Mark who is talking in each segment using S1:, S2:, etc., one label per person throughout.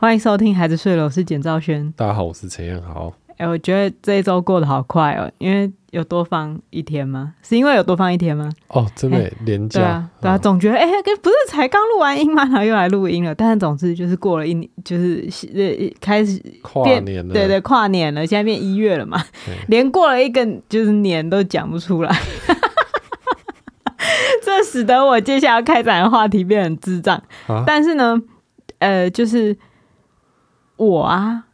S1: 欢迎收听《孩子睡了》，我是简兆轩。
S2: 大家好，我是陈彦豪。
S1: 哎、我觉得这一周过得好快哦，因为有多放一天吗？是因为有多放一天吗？
S2: 哦，真的耶廉
S1: 对
S2: 价
S1: 啊，，对啊，总觉得哎、跟不是才刚录完音吗？然后又来录音了。但是总之就是过了一年，就是呃开始
S2: 嗯跨
S1: 变
S2: 年了，
S1: 对对，跨年了，现在变一月了嘛，连过了一个就是年都讲不出来， 这使得我接下来要开展的话题变成智障。
S2: 啊，
S1: 但是呢，呃，就是我啊，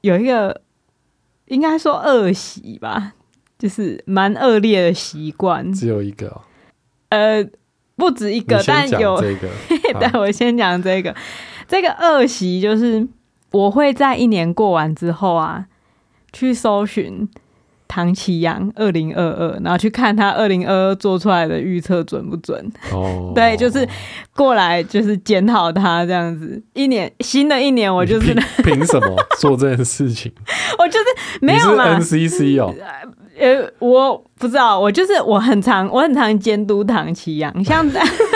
S1: 有一个应该说恶习吧，就是蛮恶劣的习惯，
S2: 只有一个哦。
S1: 呃，不止一个
S2: 你，先
S1: 但
S2: 讲
S1: 有
S2: 这个，
S1: 对，我先讲这个，这个恶习就是我会在一年过完之后啊，去搜寻唐奇阳二零二二，然后去看他二零二二做出来的预测准不准。，
S2: 哦
S1: 对，就是过来就是检讨他这样子。一年新的一年，我就是
S2: 你 凭凭什么做这件事情？
S1: 我就是 没有啦
S2: 你，是 NCC 哦，
S1: 呃，我不知道，我就是我很常我很常监督唐奇阳，像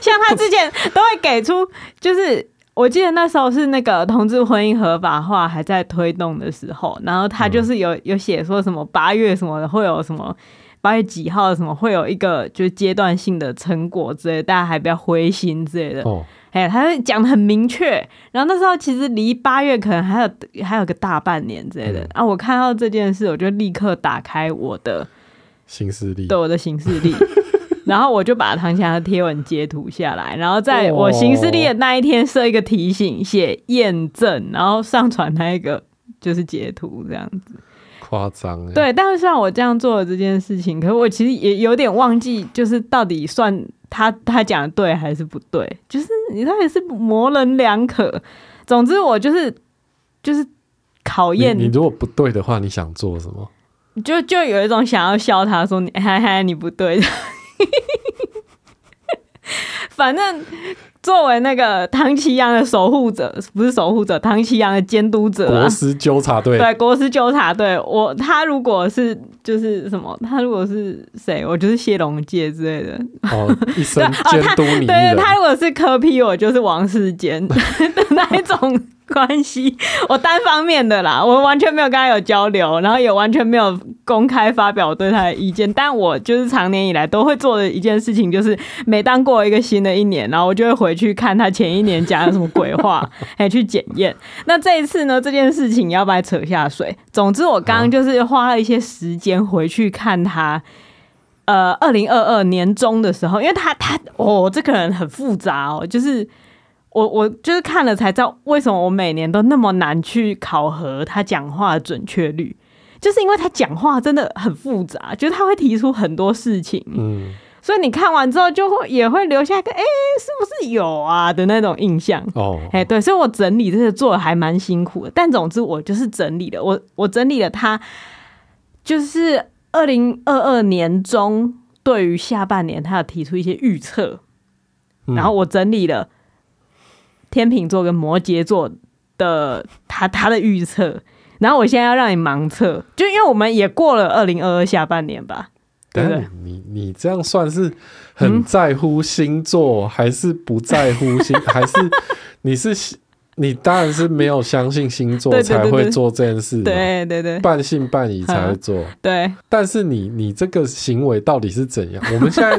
S1: 像他之前都会给出，就是我记得那时候是那个同志婚姻合法化还在推动的时候，然后他就是有有写说什么八月什么的会有什么。八月几号什么会有一个就是阶段性的成果之类的，大家还不要灰心之类的。
S2: 哦，
S1: 哎，他会讲的很明确。然后那时候其实离八月可能还有还有个大半年之类的、
S2: 嗯
S1: 啊。我看到这件事，我就立刻打开我的
S2: 新势力
S1: 对我的行事历，然后我就把唐强的贴文截图下来，然后在我行事历的那一天设一个提醒，写验证，然后上传那一个就是截图这样子。
S2: 夸张哎，，
S1: 对，但是虽然我这样做了这件事情，可是我其实也有点忘记，就是到底算他他讲的对还是不对，就是你到底是模棱两可。总之，我就是就是考验
S2: 你你如果不对的话，你想做什么？
S1: 就就有一种想要笑他说你嗨嗨你不对， 反正作为那个唐奇阳的守护者，不是守护者，唐奇阳的监督者、啊
S2: 国，师纠察队，
S1: 对国师纠察队，我他如果是就是什么，他如果是谁，我就是谢龙介之类的，
S2: 哦，一 生监督你一
S1: 对
S2: 人
S1: 对，，他如果是柯批，我就是王世坚的那一种关系，我单方面的啦，我完全没有跟他有交流，然后也完全没有公开发表我对他的意见。但我就是常年以来都会做的一件事情，就是每当过一个新的一年，然后我就会回去看他前一年讲的什么鬼话，哎，去检验。那这一次呢，这件事情要不要扯下水？总之，我刚刚就是花了一些时间回去看他。呃，二零二二年中的时候，因为他他哦，这个人很复杂哦，就是我我就是看了才知道为什么我每年都那么难去考核他讲话的准确率，就是因为他讲话真的很复杂，就是他会提出很多事情，
S2: 嗯，
S1: 所以你看完之后就会也会留下一个哎、是不是有啊的那种印象。
S2: 哦，
S1: 哎、对，所以我整理这个做的还蛮辛苦的，但总之我就是整理了，我我整理了它，就是二零二二年中对于下半年他有提出一些预测，
S2: 嗯
S1: 然后我整理了天秤座跟摩羯座的他他的预测，然后我现在要让你盲测，就因为我们也过了二零二二下半年吧，对
S2: 但
S1: 不
S2: 是
S1: 对？嗯
S2: 你你这样算是很在乎星座，还是不在乎 星？还是你是你当然是没有相信星座
S1: 对对对
S2: 才
S1: 对
S2: 会做这件事嘛，
S1: 对嗯对对
S2: 半信半疑才会做。
S1: 对，
S2: 但是你你这个行为到底是怎样？我们现在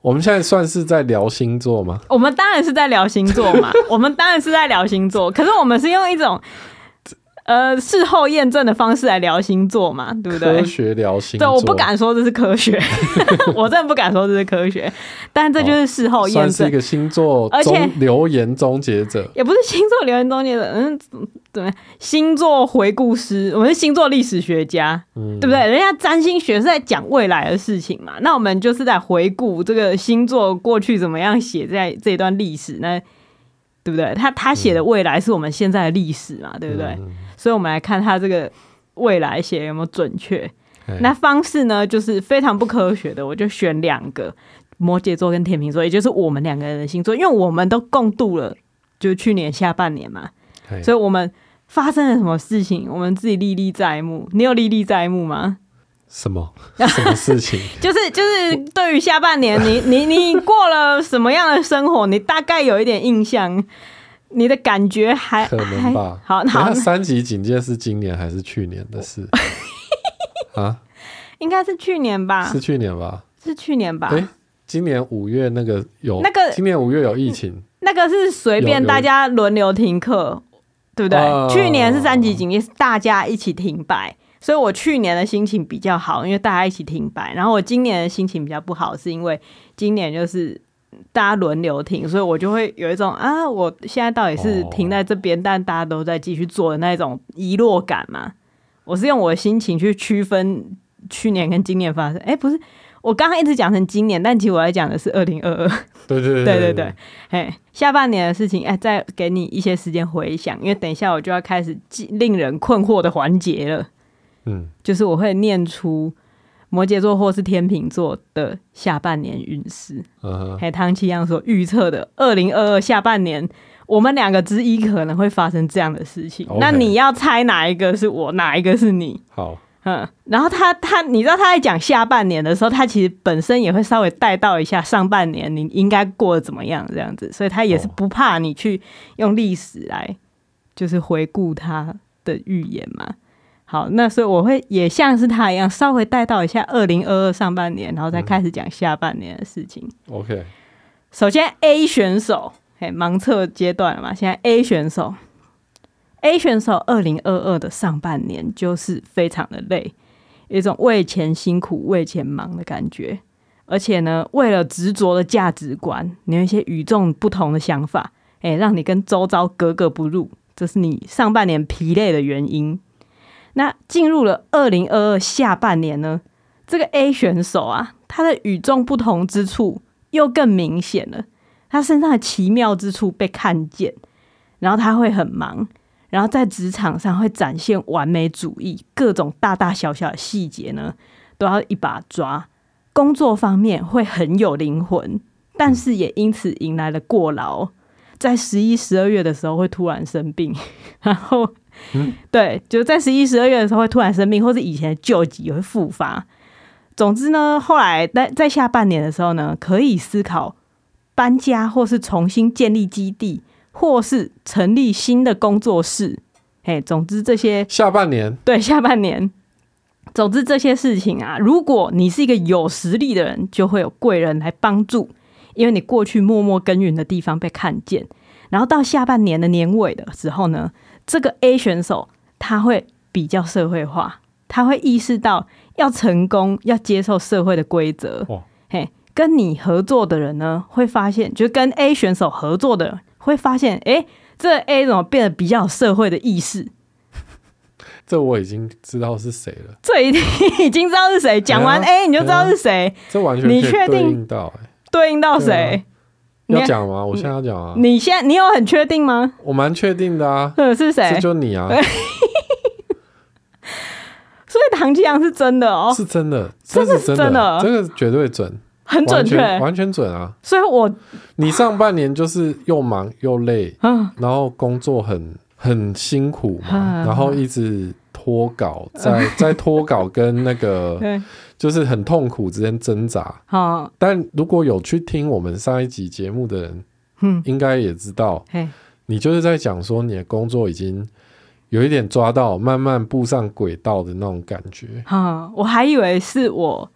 S2: 我们现在算是在聊星座吗？
S1: 我们当然是在聊星座 嘛，我们当然是在聊星座，可是我们是用一种呃事后验证的方式来聊星座嘛，对不对
S2: 科？学聊星
S1: 对，
S2: 座，
S1: 我不敢说这是科 学，我真的不敢说这是科学，但这就是事后验
S2: 哦算是
S1: 证，
S2: 一个星座
S1: 而且
S2: 终留言终结者。
S1: 也不是星座留言中间的，嗯，怎么怎么样星座回顾师，我们是星座历史学家，
S2: 嗯，
S1: 对不对？人家占星学是在讲未来的事情嘛，那我们就是在回顾这个星座过去怎么样写在这一段历史，那对不对？他他写的未来是我们现在的历史嘛，对不对？
S2: 嗯
S1: 所以我们来看他这个未来写得有没有准确。
S2: 哎
S1: 那方式呢，就是非常不科学的，我就选两个摩羯座跟天秤座，也就是我们两个人的星座，因为我们都共度了，就是去年下半年嘛，
S2: 哎
S1: 所以我们发生了什么事情，我们自己历历在目。你有历历在目吗？
S2: 什么什么事情？
S1: 就是就是对于下半年，你你你过了什么样的生活，你大概有一点印象。你的感觉还
S2: 可能吧。
S1: 哎还好
S2: 等一
S1: 好
S2: 下，三级警戒是今年还是去年 的事？啊，
S1: 应该是去年吧？
S2: 是去年吧？
S1: 是去年吧？
S2: 哎、今年五月那个有
S1: 啊那个嗯
S2: 今年五月有疫情，
S1: 那个是随便大家轮流停课，对不对？
S2: 哦
S1: 去年是三级警戒，是大家一起停摆，所以我去年的心情比较好，因为大家一起停摆。然后我今年的心情比较不好，是因为今年就是大家轮流停，所以我就会有一种啊，我现在到底是停在这边，但大家都在继续做的那种遗落感嘛。我是用我的心情去区分去年跟今年发生。哎，不是，我刚刚一直讲成今年，但其实我在讲的是二零二二。
S2: 对对
S1: 对对
S2: 对
S1: 对，哎，下半年的事情，哎，再给你一些时间回想，因为等一下我就要开始记令人困惑的环节了，
S2: 嗯，
S1: 就是我会念出摩羯座或是天秤座的下半年运势，
S2: 嗯哼，
S1: 还有汤七样所预测的二零二二下半年，我们两个之一可能会发生这样的事情。
S2: OK
S1: 那你要猜哪一个是我，哪一个是你？
S2: 好，
S1: 嗯，然后他他，你知道他在讲下半年的时候，他其实本身也会稍微带到一下上半年你应该过得怎么样这样子，所以他也是
S2: 哦
S1: 不怕你去用历史来就是回顾他的预言嘛。好，那所以我会也像是他一样，稍微带到一下二零二二上半年，然后再开始讲下半年的事情。
S2: OK，
S1: 首先 A 选手，嘿，盲测阶段了嘛，现在 A 选手，A 选手二零二二的上半年就是非常的累，有一种为钱辛苦、为钱忙的感觉，而且呢，为了执着的价值观，你有一些与众不同的想法，哎、让你跟周遭格格不入，这是你上半年疲累的原因。那进入了二零二二下半年呢，这个 A 选手啊，他的与众不同之处又更明显了，他身上的奇妙之处被看见，然后他会很忙，然后在职场上会展现完美主义，各种大大小小的细节呢，都要一把抓。工作方面会很有灵魂，但是也因此迎来了过劳，在十一、十二月的时候会突然生病，然后。 对，就在十一、十二月的时候会突然生病，或是以前的旧疾会复发，总之呢，后来在在下半年的时候呢，可以思考搬家，或是重新建立基地，或是成立新的工作室。哎，总之这些
S2: 下半年
S1: 对下半年，总之这些事情啊，如果你是一个有实力的人，就会有贵人来帮助，因为你过去默默耕耘的地方被看见。然后到下半年的年尾的时候呢，这个 A 选手他会比较社会化，他会意识到要成功要接受社会的规则。
S2: 哦
S1: 嘿，跟你合作的人呢，会发现，就跟 A 选手合作的人会发现，哎，这 A 怎么变得比较有社会的意识？
S2: 这我已经知道是谁了，
S1: 这一定已经知道是谁，讲完
S2: 对啊
S1: A 你就知道是谁，
S2: 这完全
S1: 你
S2: 可以
S1: 确定
S2: 对啊应到、哎
S1: 对应到谁。你
S2: 要讲吗？我现在要讲啊，
S1: 你现在你有很确定吗？
S2: 我蛮确定的啊，
S1: 嗯，是谁
S2: 这？就你啊，
S1: 所以唐吉阳是真的 哦，
S2: 是真的，
S1: 这
S2: 这
S1: 个
S2: 是
S1: 是
S2: 真
S1: 真的
S2: 这个绝对准，
S1: 很准确。
S2: 完全完全准啊！
S1: 所以我
S2: 你上半年就是又忙又累，
S1: 嗯
S2: 然后工作很很辛苦嘛，
S1: 嗯
S2: 然后一直脱稿，在 在脱稿跟那个
S1: 对
S2: 就是很痛苦之间挣扎。
S1: 好
S2: 但如果有去听我们上一集节目的人，
S1: 嗯
S2: 应该也知道，
S1: 嘿
S2: 你就是在讲说你的工作已经有一点抓到，慢慢步上轨道的那种感觉。
S1: 好，我还以为是我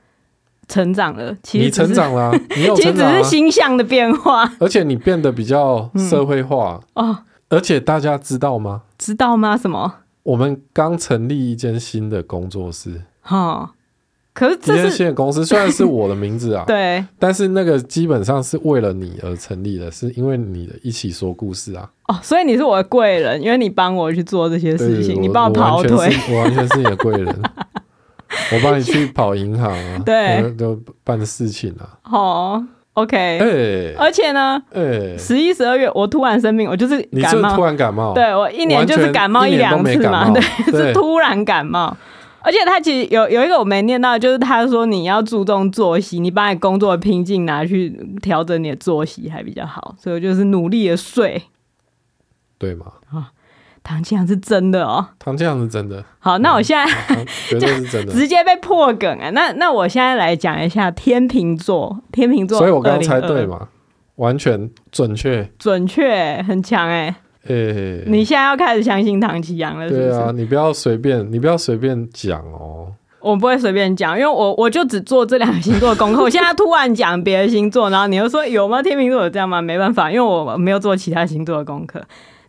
S1: 成长了，其实
S2: 你
S1: 只是
S2: 成，长 啦、你有
S1: 其实
S2: 成
S1: 只
S2: 长、啊
S1: 是，形象的变化
S2: 而且你变得比较社会化，
S1: 哦，
S2: 而且大家知道吗？
S1: 知道吗？什么？
S2: 我们刚成立一间新的工作室，
S1: 哦，可是
S2: 一间
S1: 这是
S2: 新的公司虽然是我的名字啊，
S1: 对
S2: 但是那个基本上是为了你而成立的，是因为你的一起说故事啊，
S1: 哦，所以你是我的贵人，因为你帮我去做这些事
S2: 对，
S1: 情，
S2: 我
S1: 你帮
S2: 我
S1: 跑
S2: 完全
S1: 腿。
S2: 是我完全是你的贵人， 我帮你去跑银行啊，
S1: 对
S2: 我都办事情啊，
S1: 哦，OK，
S2: 哎
S1: 而且呢，
S2: 哎，
S1: 十一、十二月我突然生病，我就是
S2: 你
S1: 呃感
S2: 这
S1: 冒
S2: 突。然感冒，啊
S1: 对我一年
S2: 完
S1: 就
S2: 全
S1: 是感冒
S2: 一年都
S1: 两
S2: 没
S1: 次
S2: 感
S1: 嘛，
S2: 冒
S1: 对，是
S2: 对
S1: 突然感冒。而且他其实有有一个我没念到，就是他说你要注重作息，你把你工作的瓶颈拿去调整你的作息还比较好，所以我就是努力的睡。
S2: 对嘛？
S1: 唐青阳是真的哦。
S2: 唐这样是 真的，
S1: 好，那我现在
S2: 唐绝嗯对是真的。
S1: 直接被破梗啊！那那我现在来讲一下天秤座，天秤座，
S2: 所以我刚猜对？嘛，完全准确。
S1: 准确，很强哎、
S2: 呃、
S1: 你现在要开始相信唐奇阳了，是不
S2: 对
S1: 是？
S2: 啊，你不要随便，你不要随便讲哦。
S1: 我不会随便讲，因为我我就只做这两个星座的功课。我现在突然讲别的星座，然后你又说有吗？天秤座有这样吗？没办法，因为我没有做其他星座的功课。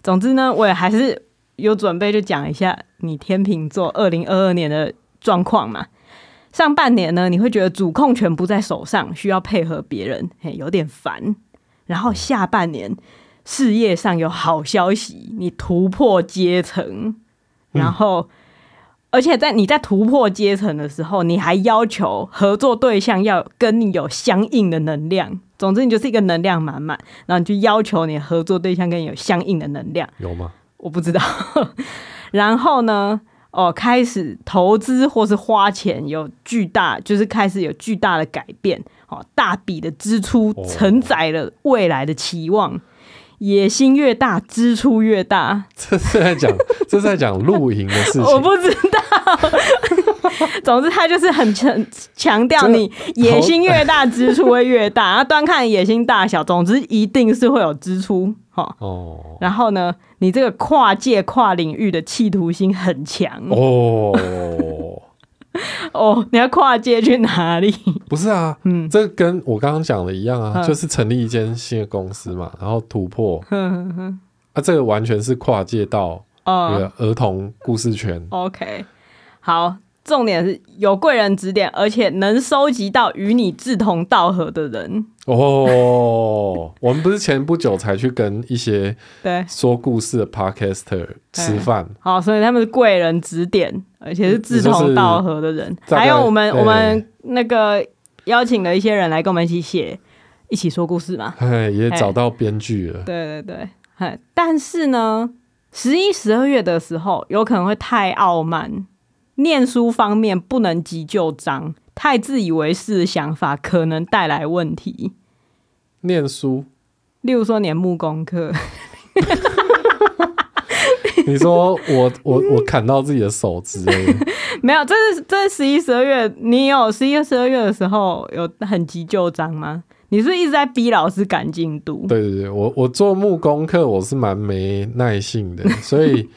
S1: 总之呢，我也还是有准备，就讲一下你天秤座二零二二年的状况嘛。上半年呢，你会觉得主控权不在手上，需要配合别人，嘿，有点烦。然后下半年事业上有好消息，你突破阶层，然后、而且在你在突破阶层的时候，你还要求合作对象要跟你有相应的能量。总之，你就是一个能量满满，然后你就要求你的合作对象跟你有相应的能量。
S2: 有吗？
S1: 我不知道。 然后呢，哦，开始投资或是花钱有巨大，就是开始有巨大的改变，哦，大笔的支出
S2: 哦
S1: 承载了未来的期望，野心越大，支出越大。
S2: 这是在讲，这是在讲露营的事情。
S1: 我不知道。总之，他就是很强强调
S2: 真的
S1: 你野心越大，支出会越大。然 后端看野心大小，总之一定是会有支出哈。齁
S2: 哦
S1: 然后呢，你这个跨界跨领域的企图心很强哦
S2: 哦，
S1: 你要跨界去哪里？
S2: 不是啊，嗯，这跟我刚刚讲的一样啊，
S1: 嗯
S2: 就是成立一间新的公司嘛，然后突破
S1: 哼哼哼
S2: 啊，这个完全是跨界到那
S1: 嗯哦
S2: 个儿童故事圈。
S1: ，OK，好，重点是有贵人指点，而且能收集到与你志同道合的人。
S2: 哦，我们不是前不久才去跟一些
S1: 对，
S2: 说故事的 podcaster 吃饭，
S1: 好，所以他们是贵人指点，而嗯且是志同道合的人。
S2: 就是
S1: 还有我们、
S2: 大概
S1: 我们那个邀请了一些人来跟我们一起写，一起说故事嘛。
S2: 哎，也找到编剧了。
S1: 对对对，哎，但是呢，十一、十二月的时候有可能会太傲慢，念书方面不能急就章，太自以为是的想法可能带来问题。
S2: 念书，
S1: 例如说，你的木工课，
S2: 你说我我我砍到自己的手之类的，
S1: 没有，这是这十一、十二月，你有十一、十二月的时候有很急就章吗？你是不是一直在逼老师赶进度？
S2: 对对对，我我做木工课我是蛮没耐性的，所以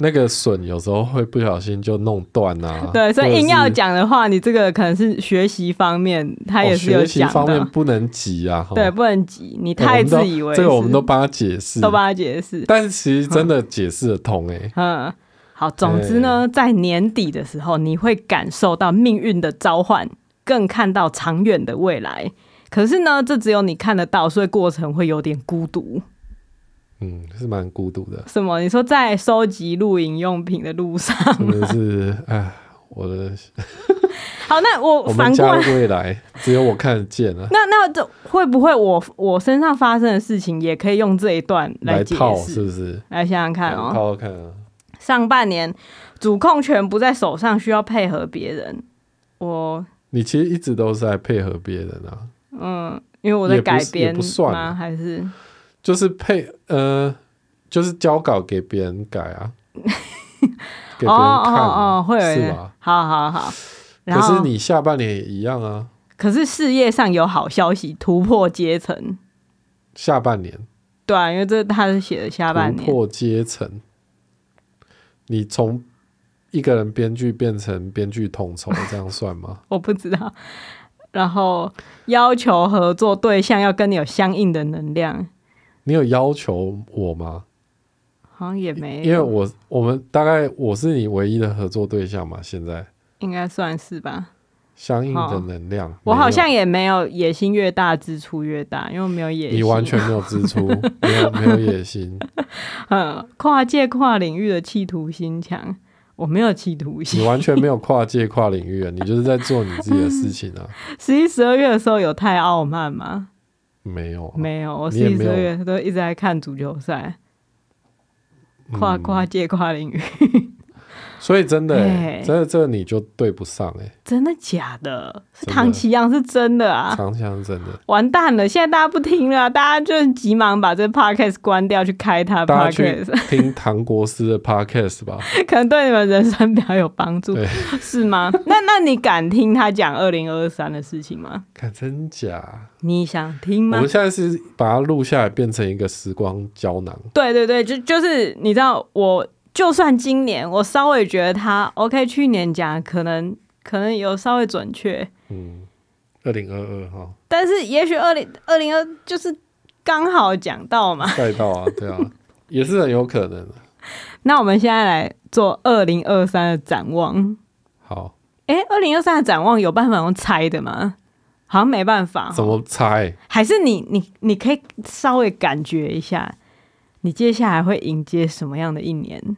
S2: 那个笋有时候会不小心就弄断啊。
S1: 对，所
S2: 或者
S1: 以
S2: 是
S1: 硬要讲的话，你这个可能是学习方面，他也
S2: 哦
S1: 是有
S2: 学习
S1: 讲
S2: 方
S1: 的
S2: 面。不能急啊。哈
S1: 对，，不能急，你
S2: 对
S1: 太
S2: 我们都
S1: 自以为
S2: 这个
S1: 是
S2: 我们都帮他解释，
S1: 都帮嗯他解释。
S2: 但是其实真的解释得通哎、
S1: 嗯，好，总之呢，在年底的时候，你会感受到命运的召唤，更看到长远的未来。可是呢，这只有你看得到，所以过程会有点孤独。，
S2: 嗯，是蛮孤独的
S1: 什么？你说在收集露营用品的路上？
S2: 真的是哎，我的
S1: 好，那我
S2: 我
S1: 反过
S2: 们家
S1: 来
S2: 的，未来只有我看得见啊，
S1: 那那这会不会我我身上发生的事情也可以用这一段
S2: 来
S1: 解
S2: 套是
S1: 释？
S2: 不是？
S1: 来想想看
S2: 来
S1: 哦，
S2: 套看啊，
S1: 上半年主控权不在手上，需要配合别人。我
S2: 你其实一直都是在配合别人啊，
S1: 嗯，因为我在
S2: 也不
S1: 改
S2: 是也
S1: 编
S2: 不算
S1: 吗？
S2: 啊
S1: 还是
S2: 就是配呃，就是交稿给别人改 啊，给别人看、啊
S1: 哦哦哦，会有
S2: 是
S1: 人
S2: 吧？
S1: 好好好。然
S2: 可
S1: 后
S2: 是你下半年也一样啊，
S1: 可是事业上有好消息，突破阶层，
S2: 下半年
S1: 对啊，因为这他是写的下半
S2: 突
S1: 年，
S2: 破阶层，你从一个人编剧变成编剧统筹，这样算吗？
S1: 我不知道。然后要求合作对象要跟你有相应的能量，
S2: 你有要求我吗？
S1: 好像也没
S2: 因为
S1: 有，
S2: 我我们大概我是你唯一的合作对象嘛，现在
S1: 应该算是吧。
S2: 相应的
S1: 哦
S2: 能量，
S1: 我
S2: 没有
S1: 好像也没有野心越大，支出越大，因为我没有野心。
S2: 你完全没有支出，没有没有 野心，
S1: 嗯，跨界跨领域的企图心强，我没有企图心
S2: 你。完全没有跨界跨领域，啊你就是在做你自己的事情啊，
S1: 十一、十二月的时候有太傲慢吗？
S2: 没有啊
S1: 嗯没有，我
S2: 你
S1: 十
S2: 也
S1: 一、十
S2: 没有
S1: 二月都一直在看足球赛，
S2: 嗯
S1: 跨跨界跨领域。
S2: 所以真的、欸
S1: 哎，
S2: 真的这你就对不上哎、
S1: 真的假的？是
S2: 真的
S1: 唐奇阳是真的啊！
S2: 常常真 的，
S1: 完蛋了，现在大家不听了啊，大家就急忙把这 podcast 关掉，去开他
S2: 大家去
S1: podcast，
S2: 听唐国师的 podcast 吧。
S1: 可能对你们人生比较有帮助
S2: 对，
S1: 是 吗？那那你敢听他讲二零二三的事情吗？
S2: 看真假，
S1: 你想听
S2: 我
S1: 吗
S2: 们？现在是把它录下来，变成一个时光胶囊。
S1: 对对对，就就是你知道，我就算今年我稍微觉得他 OK，去年讲可能可能有稍微准确，
S2: 嗯，二零二二哈，
S1: 但是也许二零二零二就是刚好讲到嘛。
S2: 带到啊，对啊，也是很有可能的。
S1: 那我们现在来做二零二三的展望。
S2: 好，
S1: 哎，二零二三的展望有办法用猜的吗？好像没办法哦，
S2: 怎么猜？
S1: 还是你你你可以稍微感觉一下，你接下来会迎接什么样的一年，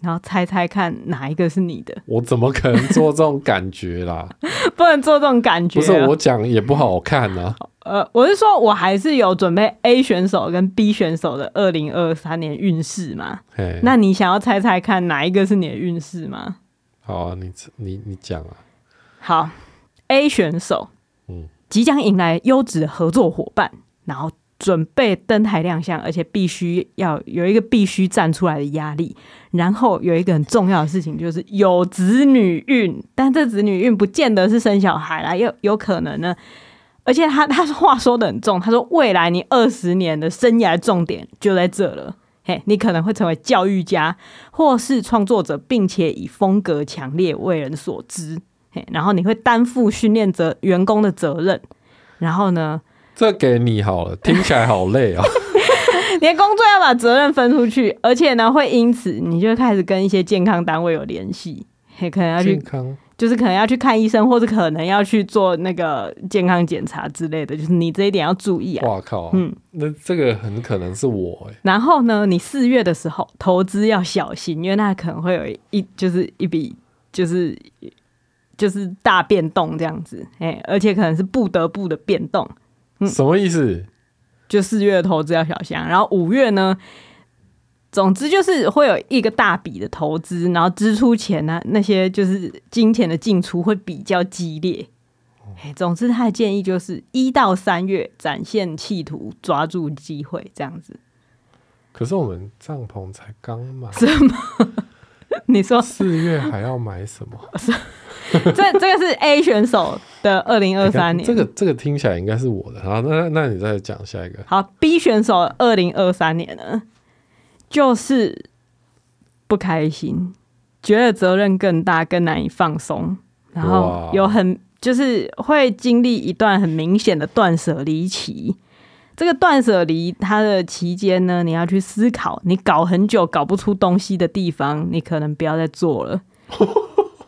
S1: 然后猜猜看哪一个是你的，
S2: 我怎么可能做这种感觉啦？
S1: 不能做这种感觉
S2: 不
S1: 哦。
S2: 是我讲也不好看啊。
S1: 呃，我是说我还是有准备 A 选手跟 B 选手的二零二三年运势嘛？
S2: 嘿，
S1: 那你想要猜猜看哪一个是你的运势吗？
S2: 好啊，你你你讲啊。
S1: 好，A 选手，
S2: 嗯
S1: 即将迎来优质的合作伙伴，然后准备登台亮相，而且必须要有一个必须站出来的压力。然后有一个很重要的事情就是有子女运，但这子女运不见得是生小孩啦，有有可能呢。而且他他话说的很重，他说未来你二十年的生涯重点就在这了。嘿，你可能会成为教育家或是创作者，并且以风格强烈为人所知。嘿，然后你会担负训练责员工的责任，然后呢，
S2: 这给你好了，听起来好累啊。
S1: 你的工作要把责任分出去，而且呢，会因此你就会开始跟一些健康单位有联系，嘿，可能要
S2: 健
S1: 去，
S2: 康
S1: 就是可能要去看医生，或者可能要去做那个健康检查之类的，就是你这一点要注意啊。
S2: 哇靠！
S1: 嗯
S2: 那这个很可能是我哎、
S1: 然后呢，你四月的时候投资要小心，因为那可能会有一就是一笔就是就是大变动这样子，哎，而且可能是不得不的变动。嗯
S2: 什么意思？
S1: 就四月的投资要小心啊，然后五月呢，总之就是会有一个大笔的投资，然后支出前呢、那些就是金钱的进出会比较激烈。
S2: 哦
S1: 哎，总之他的建议就是一到三月展现企图，抓住机会，这样子。
S2: 可是我们帐篷才刚买，
S1: 你说
S2: 四月还要买什么？
S1: 这这个是 A 选手的二零 二三年，
S2: 哎这个这个听起来应该是我的。好，那那你再讲下一个。
S1: 好 B 选手二零二三年呢，就是不开心，觉得责任更大，更难以放松，然后
S2: 哇
S1: 有很就是会经历一段很明显的断舍离期。这个断舍离它的期间呢，你要去思考，你搞很久搞不出东西的地方，你可能不要再做了。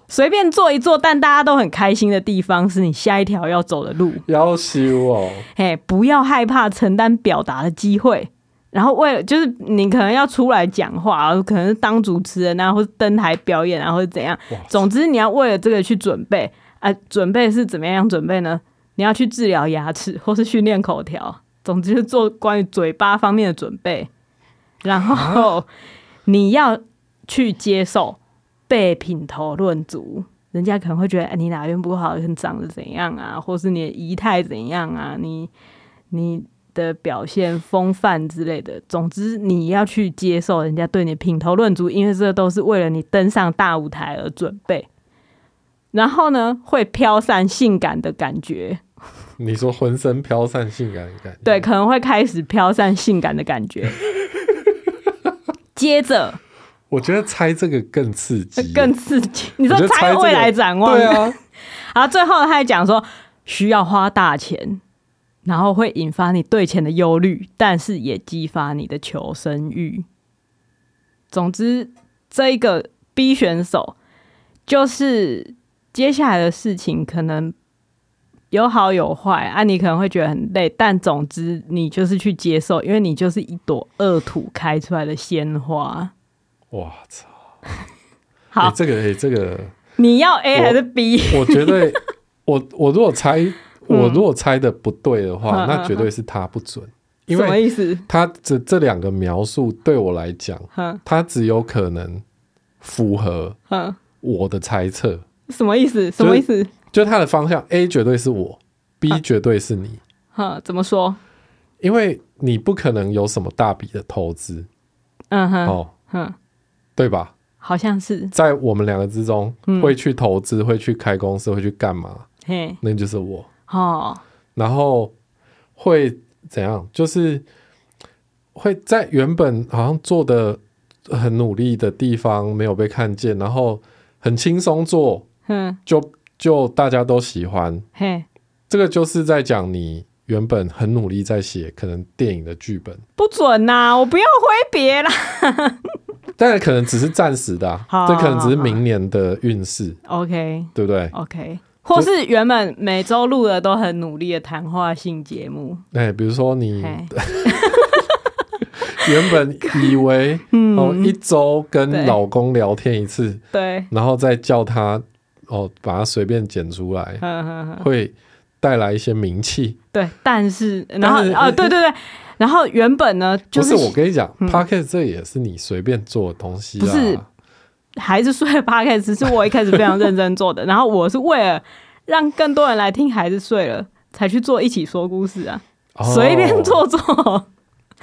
S1: 随便做一做，但大家都很开心的地方，是你下一条要走的路。
S2: 要修哦，
S1: 嘿，不要害怕承担表达的机会。然后为了就是你可能要出来讲话，可能是当主持人啊，或是登台表演啊，或者怎样。
S2: 哇，
S1: 总之你要为了这个去准备啊、准备是怎么样准备呢？你要去治疗牙齿，或是训练口条，总之就是做关于嘴巴方面的准备。然后你要去接受被品头论足，人家可能会觉得、哎、你哪边不好，你长得怎样啊，或是你的仪态怎样啊，你你的表现、风范之类的。总之，你要去接受人家对你品头论足，因为这都是为了你登上大舞台而准备。然后呢，会飘散性感的感觉，
S2: 你说浑身飘散性感的感觉，
S1: 对，，可能会开始飘散性感的感觉。接着
S2: 我觉得猜这个更刺激，
S1: 更刺激，你
S2: 你
S1: 说猜未来展望，
S2: 对 啊，
S1: 然后最后他还讲说需要花大钱，然后会引发你对钱的忧虑，但是也激发你的求生欲。总之，这一个 B 选手就是接下来的事情可能有好有坏啊，你可能会觉得很累，但总之你就是去接受，因为你就是一朵恶土开出来的鲜花。
S2: 哇操！
S1: 好，
S2: 欸这个欸这个，
S1: 你要 A
S2: 我
S1: 还是 B？
S2: 我觉 得我我如果猜，我如果猜的不对的话，
S1: 嗯
S2: 那绝对是他不准，因
S1: 什么
S2: 为
S1: 意思？
S2: 他这这两个描述对我来讲，
S1: 哼，
S2: 他只有可能符合
S1: 嗯，
S2: 我的猜测，
S1: 什么意思？什么意思？
S2: 就它的方向 A 绝对是我，B 绝对是你，
S1: 嗯，怎么说？
S2: 因为你不可能有什么大笔的投资
S1: 嗯哼，
S2: 哦，
S1: 嗯，
S2: 对吧？
S1: 好像是，
S2: 在我们两个之中
S1: 嗯，
S2: 会去投资、会去开公司、会去干嘛，
S1: 嘿，
S2: 那就是我。
S1: 哦，
S2: 然后会怎样？就是会在原本好像做的很努力的地方没有被看见，然后很轻松做，
S1: 嗯，
S2: 就就大家都喜欢。
S1: 嘿，
S2: 这个就是在讲你原本很努力在写可能电影的剧本，
S1: 不准呐、我不要挥别啦。
S2: 但可能只是暂时的、啊
S1: 好，
S2: 这可能只是明年的运势，
S1: OK
S2: 对不对？
S1: OK，或是原本每周录的都很努力的谈话性节目，
S2: 哎、比如说你
S1: 嘿，
S2: 原本以为
S1: 嗯，
S2: 哦一周
S1: 对
S2: 跟老公聊天一次，
S1: 对，
S2: 然后再叫他哦，把它随便剪出来，
S1: 嗯嗯嗯，
S2: 会带来一些名气。
S1: 对，但是然后
S2: 但是
S1: 哦，对对对，然后原本呢就
S2: 不是我跟你讲、
S1: 嗯
S2: p o c k e t 这也是你随便做的东西啊
S1: 不是
S2: 啦。
S1: 孩子睡了 p o d c a s 是我一开始非常认真做的，然后我是为了让更多人来听孩子睡了。才去做一起说故事啊，
S2: 哦
S1: 随便，做做。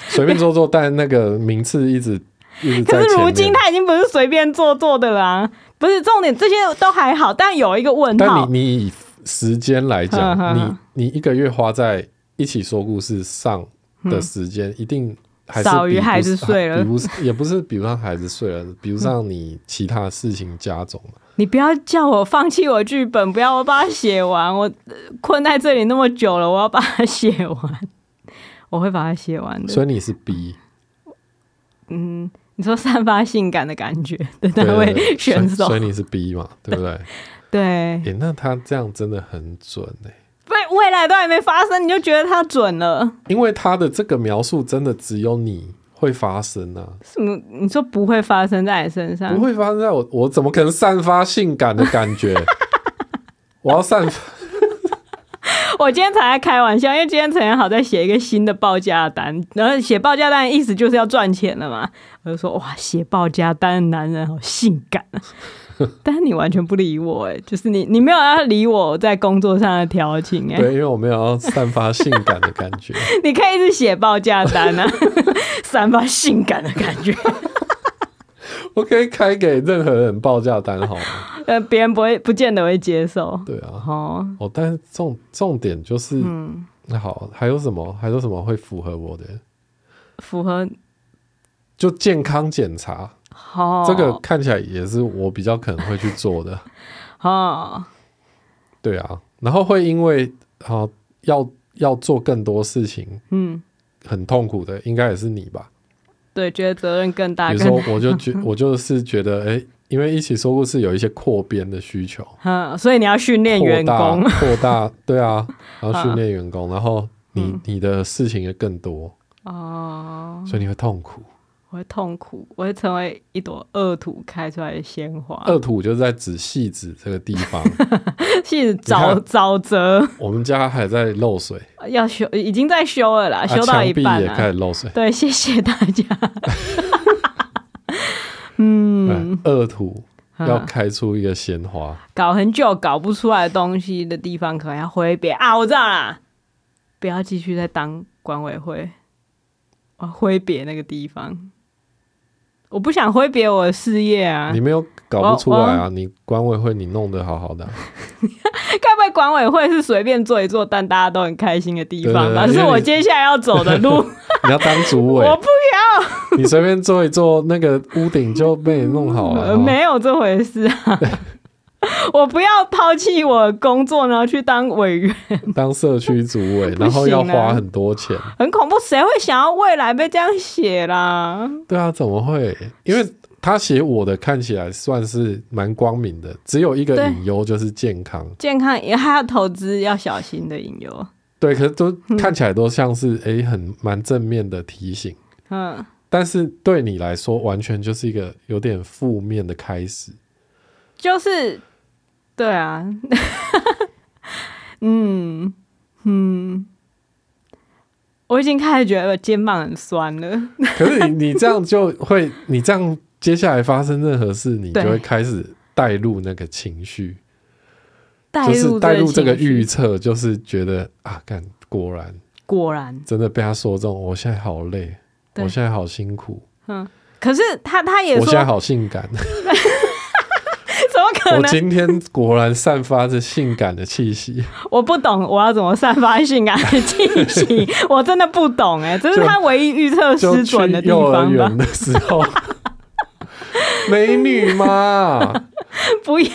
S2: 随便做做，但那个名次一直一直
S1: 可
S2: 在
S1: 是
S2: 前
S1: 如
S2: 面。
S1: 今他已经不是随便做做的啦、不是重点，这些都还好，但有一个问号
S2: 但你你以时间来
S1: 哼哼
S2: 讲，
S1: 哼
S2: 你你一个月花在一起说故事上的时间，一定还
S1: 嗯
S2: 是
S1: 少于
S2: 比不
S1: 孩子睡了嗯
S2: 比不是也不是比不上孩子睡了，比不上你其他事情加总嘛。
S1: 你不要叫我放弃我剧本，不要我把它写完。我呃困在这里那么久了，我要把它写完， 我会把它写完的。
S2: 所以你是 B，
S1: 嗯，你说散发性感的感觉的
S2: 对
S1: 那
S2: 对
S1: 位
S2: 对
S1: 选手
S2: 所以所，以你是 B 嘛，对不对？
S1: 对，
S2: 诶，那他这样真的很准哎、
S1: 未未来都还没发生，你就觉得它准了？
S2: 因为他的这个描述真的只有你会发生啊，
S1: 什么？你说不会发生在你身上
S2: 不？会发生在我，我怎么可能散发性感的感 觉？我要散发，
S1: 我今天才在开玩笑，因为今天陈彦豪在写一个新的报价单，然后写报价单的意思就是要赚钱了嘛。我就说哇，写报价单的男人好性感 啊！但是你完全不理我、哎，就是你你没有要理我在工作上的调情、哎，
S2: 对，因为我没有要散发性感的感觉。
S1: 你可以一直写报价单啊， 散发性感的感 觉，
S2: 我可以开给任何人报价单，好吗？
S1: 呃，别人不会不见得会接受。
S2: 对啊，
S1: 哦，
S2: 哦，但是重重点就是，
S1: 嗯，
S2: 那好，还有什么？还有什么会符合我的？
S1: 符合
S2: 就健康检查，
S1: 好、哦、
S2: 这个看起来也是我比较可能会去做的。
S1: 哦，
S2: 对啊，然后会因为啊、要要做更多事情，
S1: 嗯，
S2: 很痛苦的，应该也是你吧？
S1: 对，觉得责任更大，
S2: 比如
S1: 更
S2: 说，我就觉 我就是觉得，哎，因为一起说故事有一些扩编的需求，
S1: 嗯，所以你要训练
S2: 扩
S1: 员
S2: 大
S1: 工。
S2: 扩大， 对啊，然后
S1: 啊
S2: 训练员工，然后你
S1: 嗯
S2: 你的事情也更多，
S1: 哦，
S2: 所以你会痛苦。
S1: 我会痛苦，我会成为一朵恶土开出来的鲜花，
S2: 二土就是在指戏子这个地 方，
S1: 是沼沼泽，
S2: 我们家还在漏水，
S1: 要修，已经在修了啦，
S2: 啊，
S1: 修到
S2: 墙
S1: 一
S2: 壁
S1: 半
S2: 也
S1: 了、
S2: 开始漏水。
S1: 对，谢谢大家。嗯，
S2: 嗯，二土要
S1: 嗯
S2: 开出一个鲜花，
S1: 搞很久搞不出来的东西的地方，可能要挥别啊！我知道啦，不要继续再当管委会，我要挥别那个地方，我不想挥别我的事业啊！哦
S2: 你没有搞不出来啊！你管委会你弄得好好的啊，
S1: 该不会管委会是随便做一做，但大家都很开心的地方吧？
S2: 对对对
S1: 是
S2: 因为
S1: 我
S2: 你
S1: 接下来要走的 路，
S2: 你要当主 委，
S1: 我不
S2: 你随便做一做，那个屋顶就被你弄好了
S1: 呃
S2: 哦。
S1: 没有这回事啊！ 我不要抛弃我工作，然后去当委员，
S2: 当社区主委，
S1: 不
S2: 然后要
S1: 行啊
S2: 花很多钱。
S1: 很恐怖。谁会想要未来被这样写啦？
S2: 对啊，怎么会？因为他写我的看起来算是蛮光明的，只有一个
S1: 对
S2: 隐忧就是健康。
S1: 健康也还要投资，要小心的引诱。
S2: 对，可是都看起来都像是诶、很蛮正面的提醒，
S1: 嗯，
S2: 但是对你来说完全就是一个有点负面的开始。
S1: 就是对啊， 嗯嗯，我已经开始觉得我肩膀很酸了。
S2: 可是你你这样就会，你这样接下来发生任何事，你就
S1: 对
S2: 会开始带入那个情绪，
S1: 带
S2: 就是带入这个
S1: 情绪
S2: 预测，就是觉得啊，干，果然
S1: 果然，
S2: 真的被他说中，我现在好累，
S1: 对
S2: 我现在好辛苦，
S1: 嗯，可是他他也
S2: 我
S1: 说，
S2: 现在好性感，
S1: 怎么可
S2: 我
S1: 能？
S2: 今天果然散发着性感的气息，
S1: 我不懂，我要怎么散发性感的气息？我真的不懂哎、这是
S2: 就
S1: 他唯一预测
S2: 就
S1: 失
S2: 去
S1: 准的地
S2: 幼儿
S1: 方吧
S2: 园？的时候，美女嘛，
S1: 不要，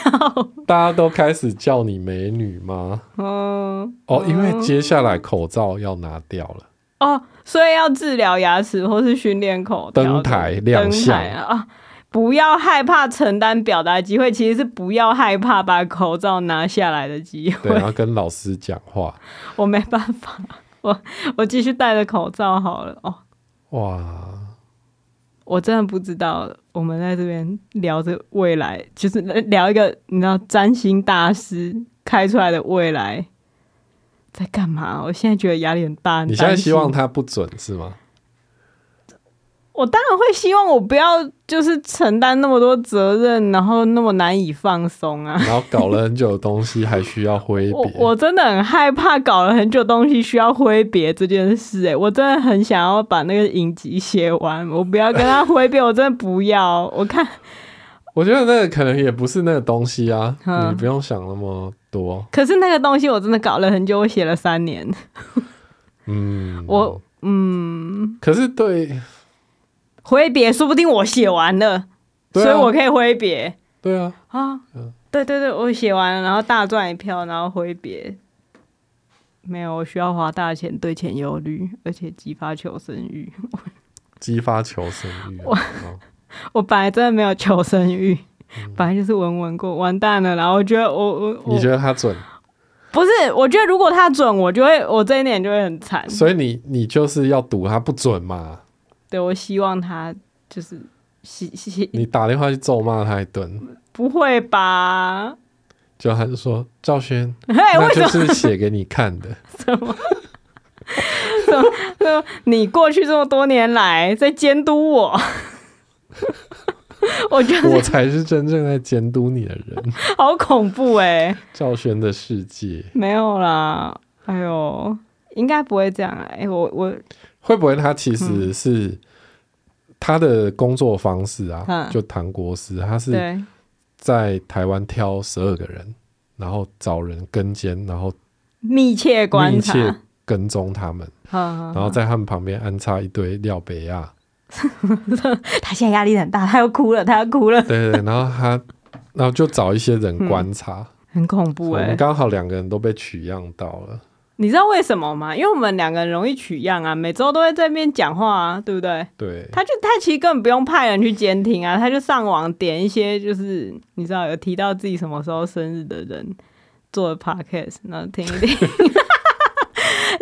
S2: 大家都开始叫你美女吗？
S1: 嗯，
S2: 哦，因为接下来口罩要拿掉了，
S1: 哦，所以要治疗牙齿或是训练口条的
S2: 登台亮
S1: 登
S2: 相
S1: 台啊。啊不要害怕承担表达机会，其实是不要害怕把口罩拿下来的机
S2: 对，
S1: 会
S2: 啊然。后跟老师讲话，
S1: 我没办法，我我继续戴着口罩好了。哦，
S2: 哇，
S1: 我真的不知道，我们在这边聊着未来，就是聊一个你知道占星大师开出来的未来在干嘛？我现在觉得压力很大。很
S2: 你现在
S1: 担心
S2: 希望他不准是吗？
S1: 我当然会希望我不要就是承担那么多责任，然后那么难以放松啊。
S2: 然后搞了很久的东西还需要挥
S1: 我
S2: 别，
S1: 我真的很害怕搞了很久东西需要挥别这件事、欸，我真的很想要把那个影集写完，我不要跟他挥别，我真的不要。我看
S2: 我觉得那个可能也不是那个东西啊，
S1: 嗯
S2: 你不用想那么多。
S1: 可是那个东西我真的搞了很久，我写了三年。
S2: 嗯，
S1: 我嗯，
S2: 可是对
S1: 挥别说不定我写完了，
S2: 对啊
S1: 所以我可以挥别
S2: 对啊，
S1: 啊
S2: 嗯。
S1: 对对对，我写完了，然后大赚一票，然后挥别。没有，我需要花大钱对钱忧虑，而且激发求生欲。
S2: 激发求生欲啊、哦
S1: 我本来真的没有求生欲，本来就是闻闻过，完蛋了。然后我觉得我我我
S2: 嗯你觉得他准？
S1: 不是，我觉得如果他准，我就会我这一点就会很惨。
S2: 所以你你就是要赌他不准嘛？
S1: 嗯对我希望他就是希希
S2: 你打电话去咒骂他一顿，
S1: 不会吧？
S2: 就他就说赵轩，
S1: 嘿，
S2: 那
S1: 为什
S2: 就
S1: 么
S2: 是写给你看 的。
S1: 你过去这么多年来在监督我？ 我觉
S2: 我
S1: 得
S2: 才是真正在监督你的人。
S1: 好恐怖哎、
S2: 赵轩的世界
S1: 没有啦，哎呦，应该不会这样哎、我我
S2: 会不会他其实
S1: 嗯
S2: 是、他的工作方式啊？
S1: 嗯
S2: 就唐国师，他是
S1: 对
S2: 在台湾挑十二个人，然后找人跟监，然后
S1: 密切观
S2: 密
S1: 察，嗯
S2: 切跟踪他们，
S1: 然
S2: 然后在他们旁边安插一堆廖北亚。
S1: 他现在压力很大，他要哭了，他要哭 了，
S2: 对对，对然后他，然后就找一些人观察。
S1: 很恐
S2: 我
S1: 怖哎、
S2: 们刚好两个人都被取样到了，
S1: 你知道为什么吗？因为我们两个人容易取样啊，每周都会在那边讲话啊，对不对？
S2: 对，
S1: 他就他其实根本不用派人去监听啊，他就上网点一些就是你知道有提到自己什么时候生日的人做的 podcast，然后听一 听，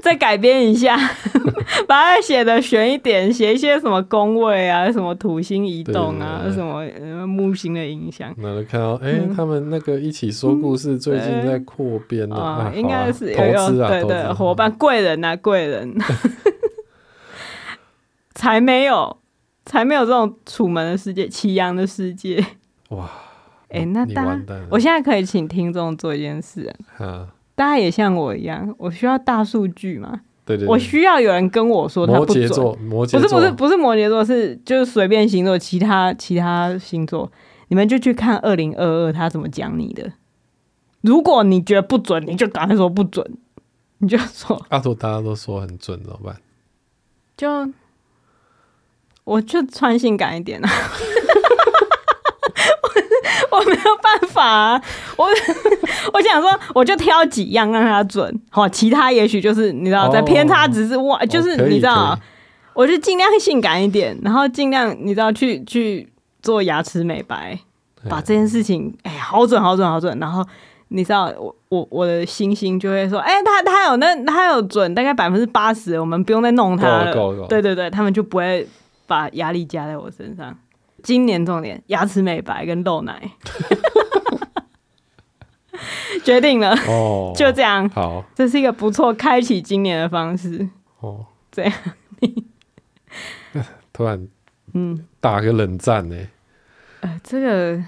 S1: 再改编一下， 把它写的悬一点，写一些什么宫位啊，什么土星移动啊，
S2: 对对对
S1: 什么、呃、木星的影响。
S2: 然后就看到，哎、
S1: 嗯
S2: 他们那个一起说故事最近在扩编呢，啊
S1: 啊，
S2: 好啊
S1: 嗯应该是有有
S2: 投资啊，
S1: 对
S2: 投资
S1: 对，伙伴贵人呐、贵人， 才没有，才没有这种楚门的世界、祁阳的世界。
S2: 哇，
S1: 哎、
S2: 你
S1: 那
S2: 嗯你
S1: 大
S2: 完
S1: 家
S2: 蛋了，
S1: 我现在可以请听众做一件事、
S2: 啊，
S1: 大家也像我一样，我需要大数据嘛，
S2: 对对对，
S1: 我需要有人跟我说他
S2: 摩
S1: 不准。
S2: 羯座，摩羯
S1: 不是
S2: 座
S1: 不是不是摩羯座，是就是随便星座，其他其他星座，你们就去看二零二二他怎么讲你的。如果你觉得不准，你就赶快说不准，你就说
S2: 阿图啊大家都说很准，怎么办？
S1: 就我就穿性感一点啊。 我我没有办法、啊，我我想说，我就挑几样让它准，好，其他也许就是你知道，在
S2: 哦
S1: 偏差值之外，呃就是
S2: 哦可以
S1: 你知道
S2: 可以，
S1: 我就尽量性感一点，然后尽量你知道去去做牙齿美白，把这件事情哎、好准好准好准，然后你知道我我我的星星就会说，哎、他他有那他有准大概百分之八十，我们不用再弄他了，
S2: 够了够了
S1: 对对对，他们就不会把压力加在我身上。今年重点牙齿美白跟露奶， 决定了，
S2: 哦，
S1: 就这样，
S2: 好
S1: 这是一个不错开启今年的方式。
S2: 哦，
S1: 这样
S2: 突然嗯打个冷战呢、
S1: 呃，这个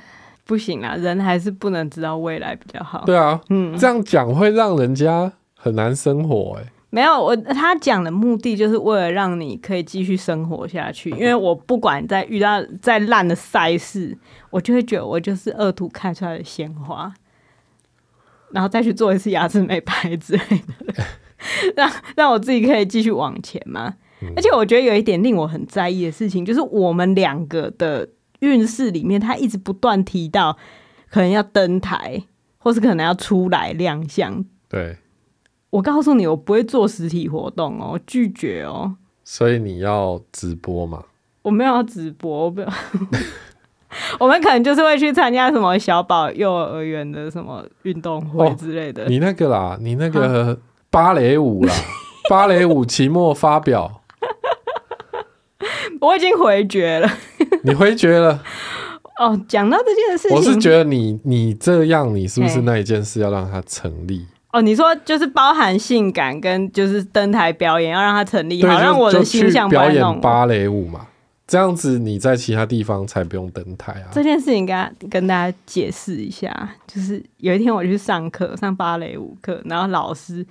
S1: 不行啦，人还是不能知道未来比较好。
S2: 对啊，
S1: 嗯，
S2: 这样讲会让人家很难生活、哎，
S1: 没有我他讲的目的就是为了让你可以继续生活下去，因为我不管在遇到再烂的赛事，我就会觉得我就是恶徒看出来的鲜花，然后再去做一次牙齿美白之类的，让让我自己可以继续往前嘛。而且我觉得有一点令我很在意的事情，就是我们两个的运势里面，他一直不断提到可能要登台，或是可能要出来亮相
S2: 对，
S1: 我告诉你，我不会做实体活动哦，我拒绝哦，
S2: 所以你要直播嘛？
S1: 我没有要 直播，我没有。我们可能就是会去参加什么小宝幼儿园的什么运动会之类的。
S2: 哦你那个啦，你那
S1: 啊
S2: 个芭蕾舞啦，芭蕾舞期末发表，
S1: 我已经回绝了。
S2: 你回绝了。
S1: 哦，讲到这件事情，
S2: 我是觉得你你这样，你是不是那一件事要让它成立？
S1: 哦，你说就是包含性感跟就是登台表演，要让它成立，
S2: 对，
S1: 好
S2: 就
S1: 让我的
S2: 就
S1: 形
S2: 去
S1: 象不
S2: 表
S1: 要
S2: 演
S1: 弄
S2: 芭蕾舞嘛，这样子你在其他地方才不用登台啊。
S1: 这件事情跟大跟大家解释一下，就是有一天我去上课，上芭蕾舞课，然后老师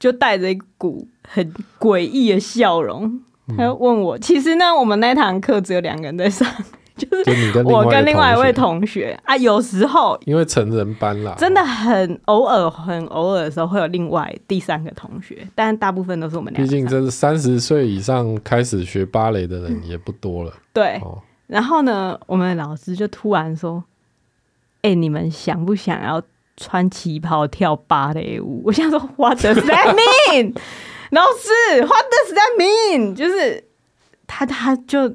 S1: 就带着一股很诡异的笑容，
S2: 嗯
S1: 他就问我，其实呢，我们那堂课只有两个人在上， 就是
S2: 就你跟
S1: 我跟另外一
S2: 一
S1: 位
S2: 位学，
S1: 同学啊，有时候
S2: 因为成人班啦，
S1: 真的很偶尔，很偶尔的时候会有另外第三个同学，但大部分都是我们两
S2: 毕
S1: 个
S2: 竟
S1: 上。
S2: 这是三十岁以上开始学芭蕾的人也不多了、
S1: 对，
S2: 哦。
S1: 然后呢，我们老师就突然说：“哎、你们想不想要穿旗袍跳芭蕾舞？”我想说，What does that mean？老 师，What does that mean？就是他他就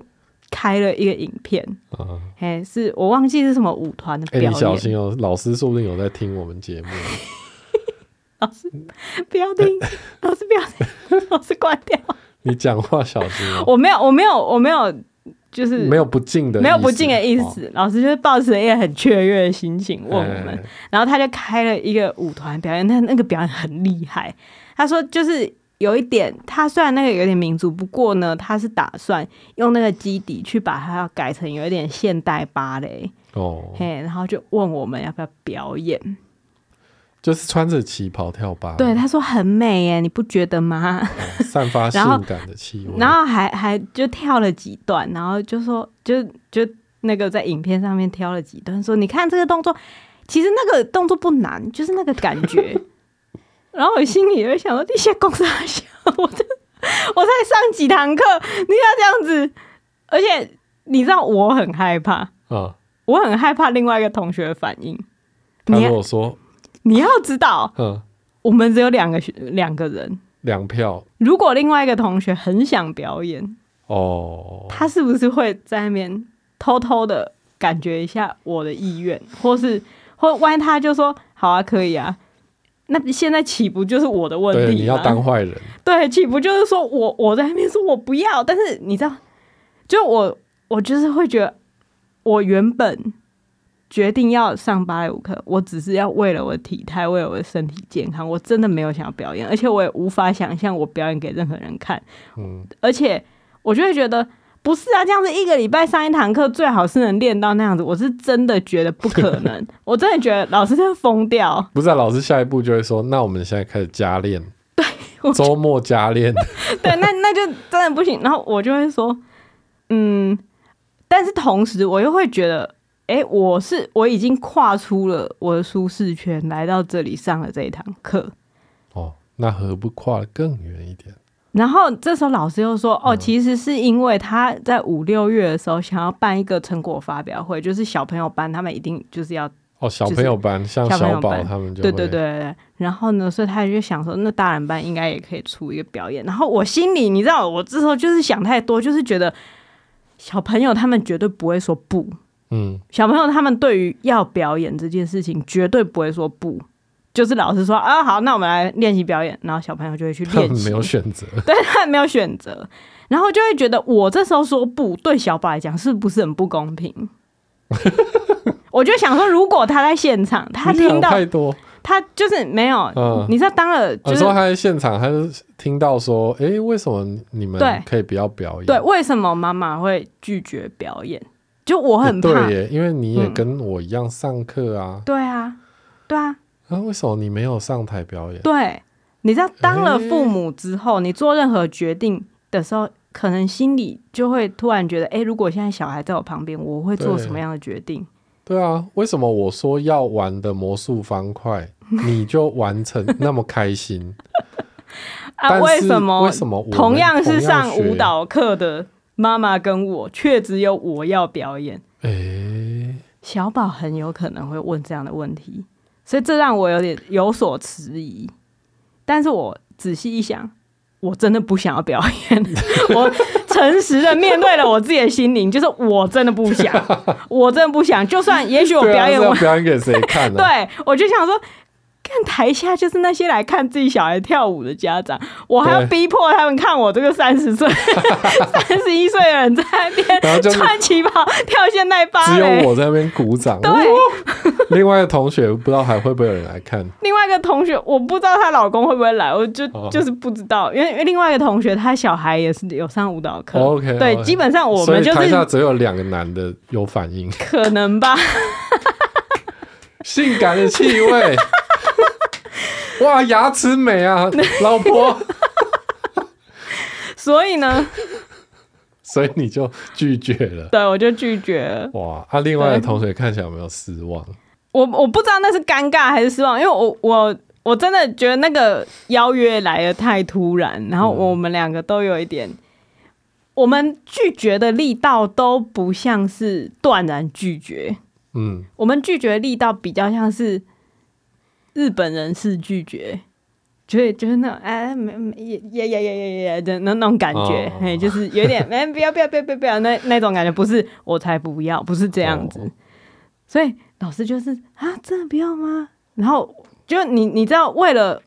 S1: 开了一个影片，
S2: 啊，
S1: 哎，是我忘记是什么舞团的表
S2: 哎、
S1: 演。
S2: 你小心哦，老师说不定有在听我们节目。
S1: 不要听，老师不要听， 老师关掉。
S2: 你讲话小心哦，
S1: 我没有，我没有，我没有，就是
S2: 没有不敬的，
S1: 没有不敬的意
S2: 哦。
S1: 思。老师就是抱持一个很雀跃的心情问我们
S2: 哎，
S1: 然后他就开了一个舞团表演，那那个表演很厉害。他说就是有一点，他虽然那个有点民族，不过呢，他是打算用那个基底去把它要改成有一点现代芭蕾，
S2: 哦，
S1: 嘿，然后就问我们要不要表演。
S2: 就是穿着旗袍跳芭蕾，
S1: 对，他说很美耶，你不觉得吗？
S2: 哦散发性
S1: 然后
S2: 感的气味。
S1: 然后还还就跳了几段，然后就说就就那个在影片上面挑了几段，说你看这个动作，其实那个动作不难，就是那个感觉。 然后我心里就想说，这些公司小，我这我才上几堂课，你要这样子，而且你知道我很害怕，
S2: 啊，
S1: 我很害怕另外一个同学的反应。
S2: 他
S1: 你要
S2: 如果说
S1: 你要知道，
S2: 嗯
S1: 我们只有两个学两个人，
S2: 两票
S1: 如果另外一个同学很想表演，
S2: 哦，
S1: 他是不是会在那边偷偷的感觉一下我的意愿，或是或万一他就说好啊，可以啊，那现在岂不就是我的问
S2: 对，
S1: 题
S2: 你要
S1: 吗
S2: 当坏人，
S1: 对，岂不就是说我我在那边说我不要，但是你知道，就我我就是会觉得，我原本决定要上芭蕾舞课，我只是要为了我的体态，为了我的身体健康，我真的没有想要表演，而且我也无法想象我表演给任何人看，
S2: 嗯，
S1: 而且我就会觉得。不是啊，这样子一个礼拜上一堂课，最好是能练到那样子。我是真的觉得不可能，我真的觉得老师真的疯掉。
S2: 不是、啊、老师下一步就会说，那我们现在开始加练，
S1: 我
S2: 周末加练，
S1: 对，那那就真的不行。然后我就会说，嗯，但是同时我又会觉得，哎、我是我已经跨出了我的舒适圈，来到这里上了这一堂课。
S2: 哦，那何不跨得更远一点？
S1: 然后这时候老师又说，哦，其实是因为他在五六月的时候想要办一个成果发表会，就是小朋友班他们一定就是要
S2: 哦，小朋友班、像
S1: 小朋
S2: 小
S1: 友
S2: 宝
S1: 班
S2: 他们就
S1: 对
S2: 会
S1: 对对对对，然后呢，所以他就想说，那大人班应该也可以出一个表演。然后我心里，你知道，我这时候就是想太多，就是觉得小朋友他们绝对不会说不，
S2: 嗯，
S1: 小朋友他们对于要表演这件事情绝对不会说不，就是老师说啊好，那我们来练习表演，然后小朋友就会去
S2: 他
S1: 练
S2: 们
S1: 习
S2: 没有，选择，
S1: 对他们没有选择，然后就会觉得我这时候说不，对小宝来讲是不是很不公平？ 我就想说，如果他在现场， 他
S2: 你想
S1: 听到
S2: 太多。
S1: 他就是没有，
S2: 嗯
S1: 你知道当了
S2: 我
S1: 就是
S2: 说他在现场，他就听到说，诶，为什么你们
S1: 对
S2: 可以不要表演？
S1: 对，为什么妈妈会拒绝表演？就我很
S2: 也
S1: 怕
S2: 对，耶，因为你也
S1: 嗯
S2: 跟我一样上课啊，
S1: 对啊，对啊，
S2: 那、为什么你没有上台表演？
S1: 对，你知道，当了父母之后，你做任何决定的时候，可能心里就会突然觉得，哎、如果现在小孩在我旁边，我会做
S2: 对
S1: 什么样的决定？
S2: 对啊，为什么我说要玩的魔术方块，你就玩成那么开心？
S1: 啊，
S2: 但
S1: 为
S2: 是
S1: 什么？
S2: 为什么我们
S1: 同样是上
S2: 学
S1: 舞？蹈课的妈妈跟我，却只有我要表演？
S2: 哎、
S1: 小宝很有可能会问这样的问题，所以这让我有点有所迟疑。但是我仔细一想，我真的不想要表演， 我诚实的面对了我自己的心灵，就是我真的不 想，我真的不想。就算也许我
S2: 对
S1: 表
S2: 啊，
S1: 演
S2: 是要
S1: 我，
S2: 表演给 谁看啊呢、
S1: 对啊我就想说。看台下就是那些来看自己小孩跳舞的家长，我还要
S2: 对
S1: 逼迫他们看我这个三十 岁、三十一岁的人在那
S2: 然后
S1: 边
S2: 就是
S1: 穿旗袍跳现代芭
S2: 只
S1: 蕾。
S2: 有我在那边鼓掌。
S1: 欸
S2: 哦
S1: 对，
S2: 另外的同学不知道还会不会有人来看？
S1: 另外一个同学，我不知道她老公会不会来，我就、
S2: 哦
S1: 就是不知道，因为因为另外一个同学他小孩也是有上舞蹈课
S2: 哦 OK，
S1: 对
S2: OK
S1: 基本上我
S2: 所
S1: 们
S2: 以
S1: 就
S2: 台下
S1: 是
S2: 只有两个男的有反应，
S1: 可能吧，
S2: 性感的 气味，哇，牙齿美啊，老 婆，
S1: 所以呢，
S2: 所以你就拒绝了。
S1: 对我就拒绝了。
S2: 哇，啊，另外的
S1: 对
S2: 同学看起来有没有失望？
S1: 我我不知道那是尴尬还是失望，因为我我我真的觉得那个邀约来的太突然，然后
S2: 嗯
S1: 我们两个都有一点，我们拒绝的力道都不像是断然拒绝，
S2: 嗯，
S1: 我们拒绝力道比较像是日本人式拒绝，就是就是那种哎没没也也也也也也的那那种感觉，
S2: 哦
S1: 嘿，就是有 点哎不要不要不要不要不要那那种感觉，不是我才不要，不是这样子。
S2: 哦
S1: 所以老师就是啊，真的不要吗？然后就你你知道，为了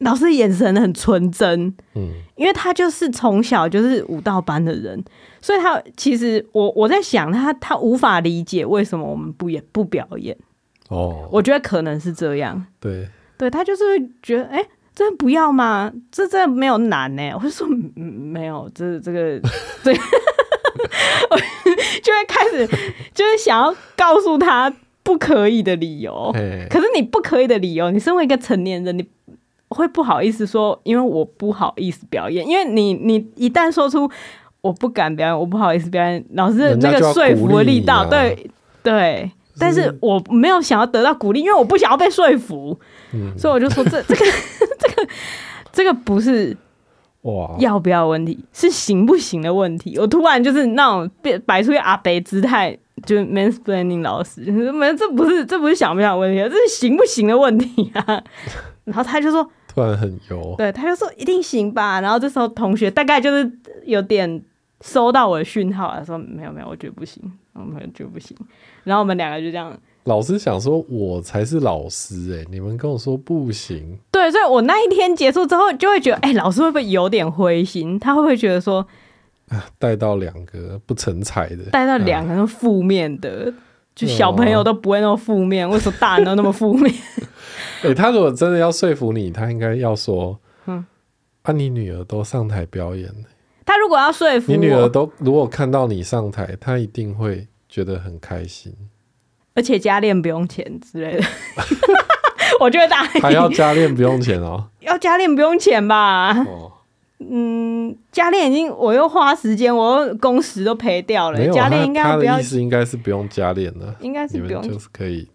S1: 老师眼神很纯真，
S2: 嗯，
S1: 因为他就是从小就是舞蹈班的人，所以他其实我我在想他他无法理解为什么我们不演不表演，
S2: 哦，
S1: 我觉得可能是这样，
S2: 对，
S1: 对他就是会觉得哎。真的不要吗？这真的没有难呢、我就说、嗯嗯没有，这这个这个， 我就会开始就是想要告诉他不可以的理由。
S2: 哎，
S1: 可是你不可以的理由，你身为一个成年人，你会不好意思说，因为我不好意思表演，因为你你一旦说出我不敢表演，我不好意思表演，老师的
S2: 人
S1: 那
S2: 家
S1: 个
S2: 就要
S1: 说服的
S2: 鼓励
S1: 力
S2: 你
S1: 道，
S2: 啊
S1: 对对。但是我没有想要得到鼓励，因为我不想要被说服，
S2: 嗯，
S1: 所以我就说这这个这个这个不是
S2: 哇，
S1: 要不要的问题，是行不行的问题。我突然就是那种变摆出一个阿北姿态，就是 mansplaining 老师，就是没有这不是这不是想不想的问题，这是行不行的问题啊。然后他就说，
S2: 突然很油，
S1: 对，他就说一定行吧。然后这时候同学大概就是有点收到我的讯号啊了，说没有没有，我觉得不行，我们觉得不行。然后我们两个就这样，
S2: 老师想说，我才是老师哎、你们跟我说不行，
S1: 对，所以我那一天结束之后，就会觉得，哎、老师会不会有点灰心？他会不会觉得说，
S2: 带到两个不成才的，
S1: 带到两个人负面的，就小朋友都不会那么负面，为什么大人都那么负面？
S2: 哎、他如果真的要说服你，他应该要说，
S1: 嗯
S2: 嗯，啊，你女儿都上台表演了，
S1: 他如果要说服
S2: 你女儿
S1: 我，
S2: 都如果看到你上台，她一定会觉得很开心，
S1: 而且加练不用钱之 类的，我就会答应。
S2: 还要加练不用钱哦，
S1: 要加练不用钱吧？
S2: 哦，
S1: 嗯，加练已经我又花时间，我又工时都赔掉了
S2: 没，有，
S1: 加练
S2: 他
S1: 应该
S2: 他
S1: 不要
S2: 的意，思应该是不用加练的，
S1: 应该是
S2: 你
S1: 不
S2: 们
S1: 用。
S2: 就是可以，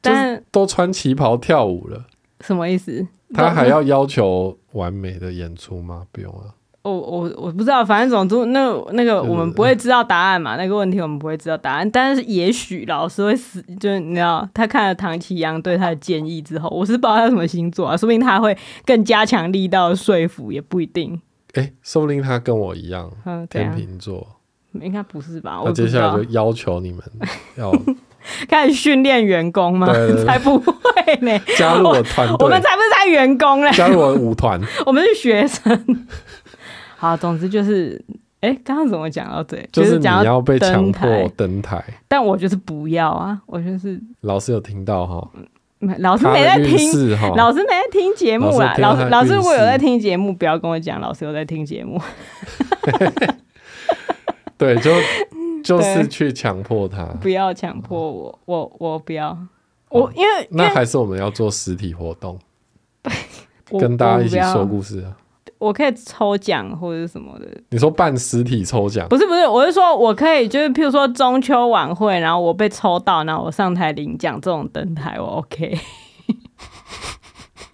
S1: 但
S2: 就是都穿旗袍跳舞了，
S1: 什么意思？
S2: 他还要要求完美的演出吗？不用啊。
S1: 我我我不知道，反正总之那那个
S2: 对
S1: 我们不会知道答案嘛，那个问题我们不会知道答案，但是也许老师会死，就是你知道他看了唐奇阳对他的建议之后，我是不知道他什么星座啊，说不定他会更加强力道的说服，也不一定。
S2: 哎、说不定他跟我一样，
S1: 嗯，怎
S2: 天
S1: 样？
S2: 秤座。
S1: 应该不是吧？我也
S2: 那
S1: 不
S2: 接
S1: 知
S2: 下来
S1: 道
S2: 就。要求你们 要
S1: 开始训练员工吗
S2: 对对？对
S1: 才不会呢，
S2: 加入我团
S1: 我 们
S2: 队，
S1: 才不是在员工嘞，
S2: 加入我的舞 团。
S1: 我们是学生。 好，总之就是，哎，刚刚怎么讲到这里？
S2: 就是你
S1: 讲到
S2: 要被强
S1: 登
S2: 迫
S1: 台
S2: 登台。
S1: 但我就是不要啊，我就是
S2: 老师有听到哈，
S1: 没老师
S2: 他
S1: 没在
S2: 的运
S1: 听，
S2: 势哈，
S1: 老师没在听节目啦。老
S2: 哦老
S1: 师老
S2: 师听到他
S1: 师
S2: 运势
S1: 如果有在听节目，不 要跟我讲老师有在听节目。
S2: 对，就就是去强迫他。
S1: 不要强迫我，我我不要，我因为因
S2: 那
S1: 为
S2: 还是我们要做实体活动，
S1: 我
S2: 跟大家一起
S1: 我不要
S2: 说故事啊。
S1: 我可以抽奖或者什么的，
S2: 你说办实体抽奖，
S1: 不是不是，我是说我可以就是譬如说中秋晚会，然后我被抽到，然后我上台领奖这种登台我 OK，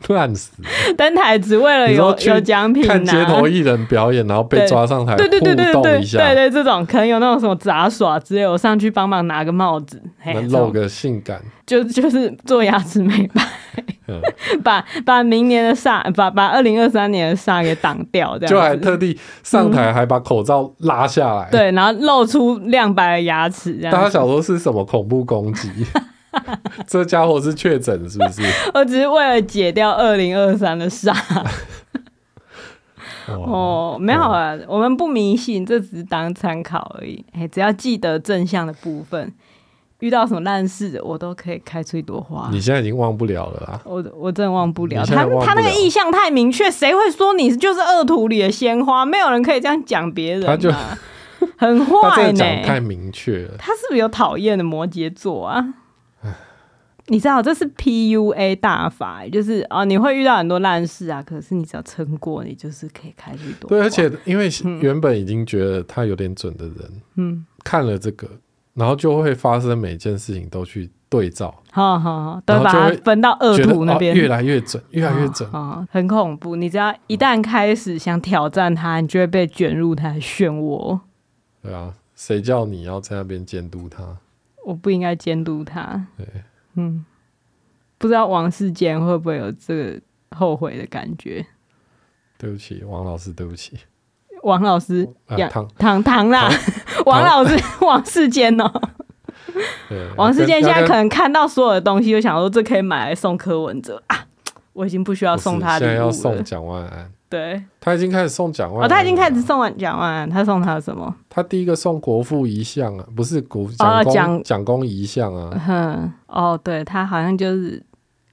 S2: 烂死！
S1: 登台只为了
S2: 你说
S1: 有
S2: 去
S1: 有奖品
S2: 看街
S1: 拿。
S2: 头艺人表演，然后被
S1: 啊对
S2: 抓上台
S1: 对对对对
S2: 互
S1: 对
S2: 动一
S1: 对对
S2: 下，
S1: 对，这种可能有那种什么杂耍之类，我上去帮忙拿个帽子，嘿，
S2: 能
S1: 这种
S2: 露个性感。
S1: 就就是做牙齿美白，
S2: 嗯
S1: 把把明年的煞，把把二零二三年的煞给挡掉，这
S2: 就还
S1: 样子。
S2: 特地上台，还把口罩拉下来。，
S1: 对，然后露出亮白的牙齿，这
S2: 大家
S1: 样子。
S2: 想说是什么恐怖攻 击？这家伙是确诊是不是？
S1: 我只是为了解掉二零二三的煞。
S2: 哦，
S1: 哦，没有啊，我们不迷信，这只是当参考而已。哎，只要记得正向的部分，遇到什么烂事，我都可以开出一朵花。
S2: 你现在已经忘不了了啦。
S1: 我我真的忘不了
S2: 你现在
S1: 他
S2: 忘不
S1: 他那个
S2: 了
S1: 意向太明确，谁会说你就是恶土里的鲜花？没有人可以这样讲别人、啊，
S2: 他就
S1: 很
S2: 他
S1: 坏呢、
S2: 这讲得太明确了，
S1: 他是不是有讨厌的摩羯座啊？你知道这是 PUA 大法，就是哦，你会遇到很多烂事啊，可是你只要撑过，你就是可以开出一朵
S2: 对，
S1: 花
S2: 而且因为原本已经觉得他有点准的人，
S1: 嗯，
S2: 看了这个，然后就会发生每件事情都去对照，
S1: 好好好，都
S2: 然后
S1: 把
S2: 就
S1: 它
S2: 会
S1: 分到恶
S2: 觉得
S1: 土那
S2: 哦
S1: 边，
S2: 越来越准，越来越准。
S1: 哦，哦很恐怖。你只要一旦开始想挑战它，你就会被卷入它的漩涡。
S2: 对啊，谁叫你要在那边监督他？
S1: 我不应该监督他。
S2: 对，
S1: 嗯，不知道王世坚会不会有这个后悔的感觉？
S2: 对不起，王老师，对不起，
S1: 王老师，
S2: 啊
S1: 呀，
S2: 唐
S1: 唐唐啦， 王老师，王世坚哦，
S2: 对
S1: 王世坚
S2: 要
S1: 现
S2: 跟
S1: 在可能看到所有的东西，就想说这可以买来送柯文哲啊，我已经不需要
S2: 不是
S1: 送他礼
S2: 现在要
S1: 物
S2: 送
S1: 了。
S2: 蒋万安，
S1: 对，
S2: 他已经开始送蒋万安
S1: 哦，
S2: 了，啊
S1: 他已经开始送完讲完了，他送他什么？
S2: 他第一个送国父遗像啊，不是国
S1: 啊
S2: 蒋公
S1: 蒋
S2: 蒋公遗 像啊，
S1: 哼，哦，对他好像就是，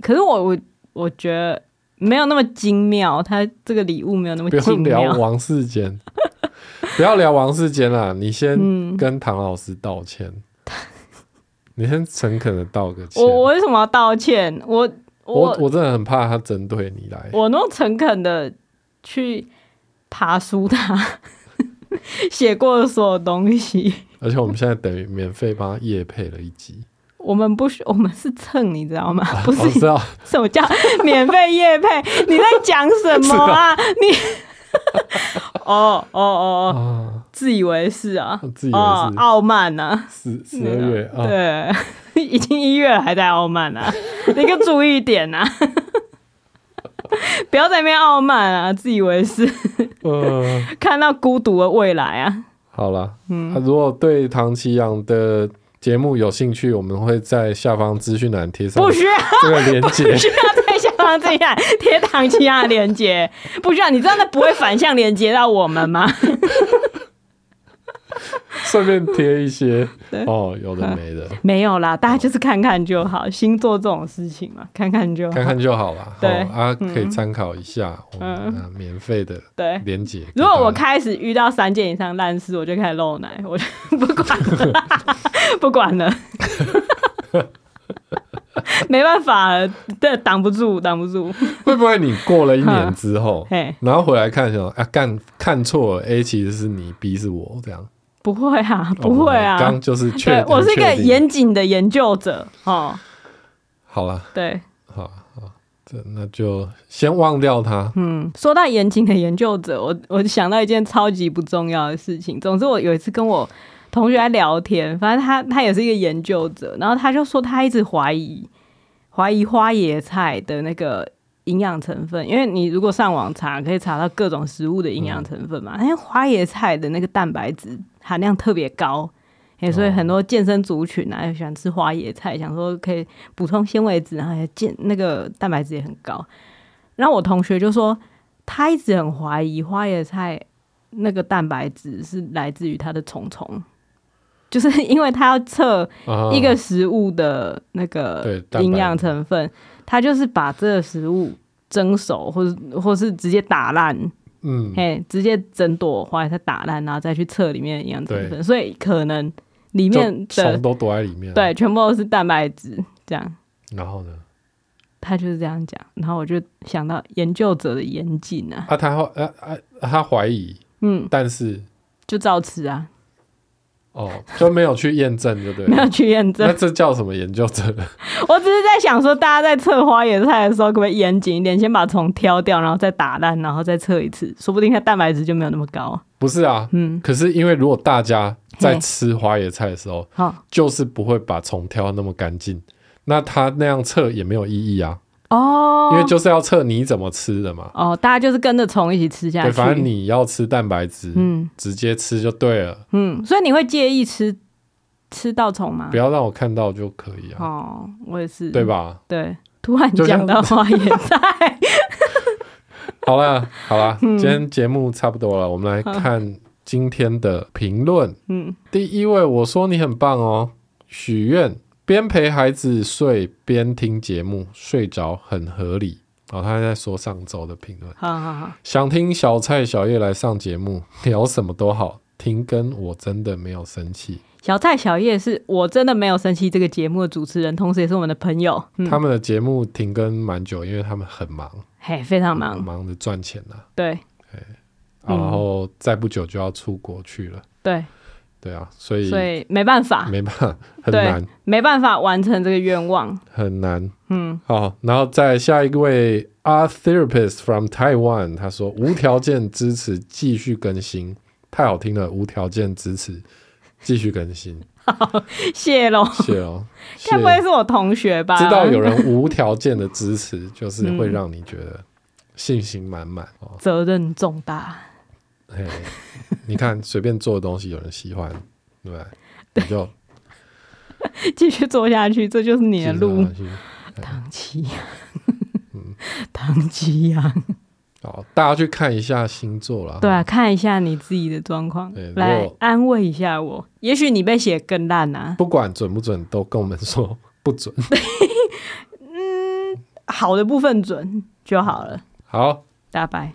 S1: 可是我我我觉得没有那么精妙，他这个礼物没有那么
S2: 不
S1: 精
S2: 用
S1: 妙。
S2: 聊王世坚， 不要聊王世坚啦，你先
S1: 嗯
S2: 跟唐老师道歉，你先诚恳的道个歉。
S1: 我我为什么要道歉？我
S2: 我
S1: 我
S2: 我真的很怕他针对你来，
S1: 我那么诚恳的去爬书他 写过的所有东西，
S2: 而且我们现在等于免费帮他夜配了一集，哦
S1: 我们不是我们是蹭，你知道吗？不
S2: 我知
S1: 是
S2: 道，
S1: 什么叫免费夜配？你在讲什么啊？你 哦哦哦哦，
S2: 啊，
S1: 自以为是啊，
S2: 自以为
S1: 哦
S2: 是，
S1: 傲慢啊呐、
S2: 十十二月啊，
S1: 对，已经一月了还在傲慢啊，你给我注意一点呐、 不要在那边傲慢啊，自以为是，
S2: 嗯。
S1: 看到孤独的未来啊。
S2: 好了，嗯、如果对唐奇阳的节目有兴趣，我们会在下方资讯栏贴上
S1: 不需要，
S2: 这个链接
S1: 不。需要在下方这样 贴唐七亚连接，不需要，你真的不会反向连接到我们吗？
S2: 顺便贴一些
S1: 对嗯
S2: 哦，有的没的，
S1: 没有啦，大家就是看看就好，星座这种事情嘛，看看就好。
S2: 看看就好了。
S1: 对嗯
S2: 哦、啊，可以参考一下我们的免费的
S1: 对，
S2: 连接。
S1: 如果我开始遇到三件以上烂事，我就开始露奶，我就 不管了，不管了， 没办法了，对，挡不住，挡不住。，
S2: 会不会你过了一年之后
S1: 嗯嘿，
S2: 然后回来看什么啊？干看错了，A 其实是你，B 是我这样。
S1: 不会啊，
S2: 哦
S1: 不会
S2: 我们
S1: 啊
S2: 刚，就是确
S1: 对
S2: 很
S1: 我是一个
S2: 确定
S1: 严谨的研究者哦，
S2: 好了，
S1: 对，
S2: 好了好了，这那就先忘掉它。
S1: 嗯，说到严谨的研究者，我我想到一件超级不重要的事情。总之，我有一次跟我同学在聊天，反正他他也是一个研究者，然后他就说他一直怀疑怀疑花椰菜的那个营养成分，因为你如果上网查，可以查到各种食物的营养成分嘛。因为花椰菜的那个蛋白质含量特别高，也所以很多健身族群啊，也喜欢吃花椰菜，想说可以补充纤维质，然后也健那个蛋白质也很高。然后我同学就说，他一直很怀疑花椰菜那个蛋白质是来自于它的虫虫，就是因为他要测
S2: 啊
S1: 一个食物的那
S2: 嗯对
S1: 个
S2: 蛋白
S1: 营养成分，他就是把这个食物蒸熟，或是或是直接打烂，
S2: 嗯，
S1: 嘿，直接整朵花椰菜打烂，然后再去测里面的营养成分，所以可能里面
S2: 就
S1: 的
S2: 虫都躲在里面。，
S1: 对全部都是蛋白质，这样
S2: 然后呢？
S1: 他就是这样讲。然后我就想到研究者的严谨啊，
S2: 啊，他后啊啊，他怀疑，
S1: 嗯，
S2: 但是
S1: 就照吃啊，
S2: 哦，就没有去验证，对不
S1: 没有
S2: 对？
S1: 去验证
S2: 那。这叫什么研究者？
S1: 我只是在想说，大家在测花野菜的时候，可不可以严谨一点，先把虫挑掉，然后再打烂，然后再测一次，说不定它蛋白质就没有那么高。
S2: 不是啊，
S1: 嗯，
S2: 可是因为如果大家在
S1: 嘿
S2: 吃花椰菜的时候，
S1: 好
S2: 就是不会把虫挑那么干净，那他那样测也没有意义啊，
S1: 哦，
S2: 因为就是要测你怎么吃的嘛。
S1: 哦，大家就是跟着虫一起吃下
S2: 对，
S1: 去。
S2: 反正你要吃蛋白质，
S1: 嗯
S2: 直接吃就对了，
S1: 嗯，所以你会介意吃吃到虫吗
S2: 不？要让我看到就可以啊，
S1: 哦，我也是，
S2: 对？吧？
S1: 对，突然
S2: 就像
S1: 讲到花野菜，
S2: 好啦，好啦，
S1: 嗯
S2: 今天节目差不多了，我们来看今天的评论。
S1: 嗯，
S2: 第一位，我说你很棒哦，许愿边陪孩子睡边听节目，睡着很合理。哦，他在说上周的评论，
S1: 好好好，
S2: 想听小蔡小叶来上节目，聊什么都好。停更，我真的没有生气。
S1: 小蔡小叶是我真的没有生气这个节目的主持人，同时也是我们的朋友，嗯，
S2: 他们的节目停更蛮久，因为他们很忙，
S1: 嘿，非常忙，嗯
S2: 忙着赚钱呐、
S1: 对
S2: 啊，然后再不久就要出国去了。
S1: 对，
S2: 对啊，所以
S1: 所以没办法，
S2: 没办法，很
S1: 啊对
S2: 难，
S1: 没办法完成这个愿望。
S2: 很难。
S1: 嗯，
S2: 好，然后再下一位，Art Therapist from Taiwan，他说无条件支持继续更新，太好听了，无条件支持继续 更新，
S1: 谢喽，
S2: 谢哦，谢
S1: 该。不会是我同学吧？
S2: 知道有人无条件的 支持，就是会让你觉得信心满满哦。
S1: 责任重大，
S2: 嘿，你看随便做的东西有人喜欢，对不对？你就
S1: 继续做下去，这就是你的路。
S2: 继续做下去
S1: 唐奇阳， 唐奇
S2: 嗯
S1: 阳，
S2: 好，哦大家去看一下星座啦。
S1: 对啊，看一下你自己的状况
S2: 对如，果
S1: 来安慰一下我。也许你被写得更烂啊，
S2: 不管准不准，都跟我们说不准。
S1: 好的部分准就好了。
S2: 好，
S1: 大家拜。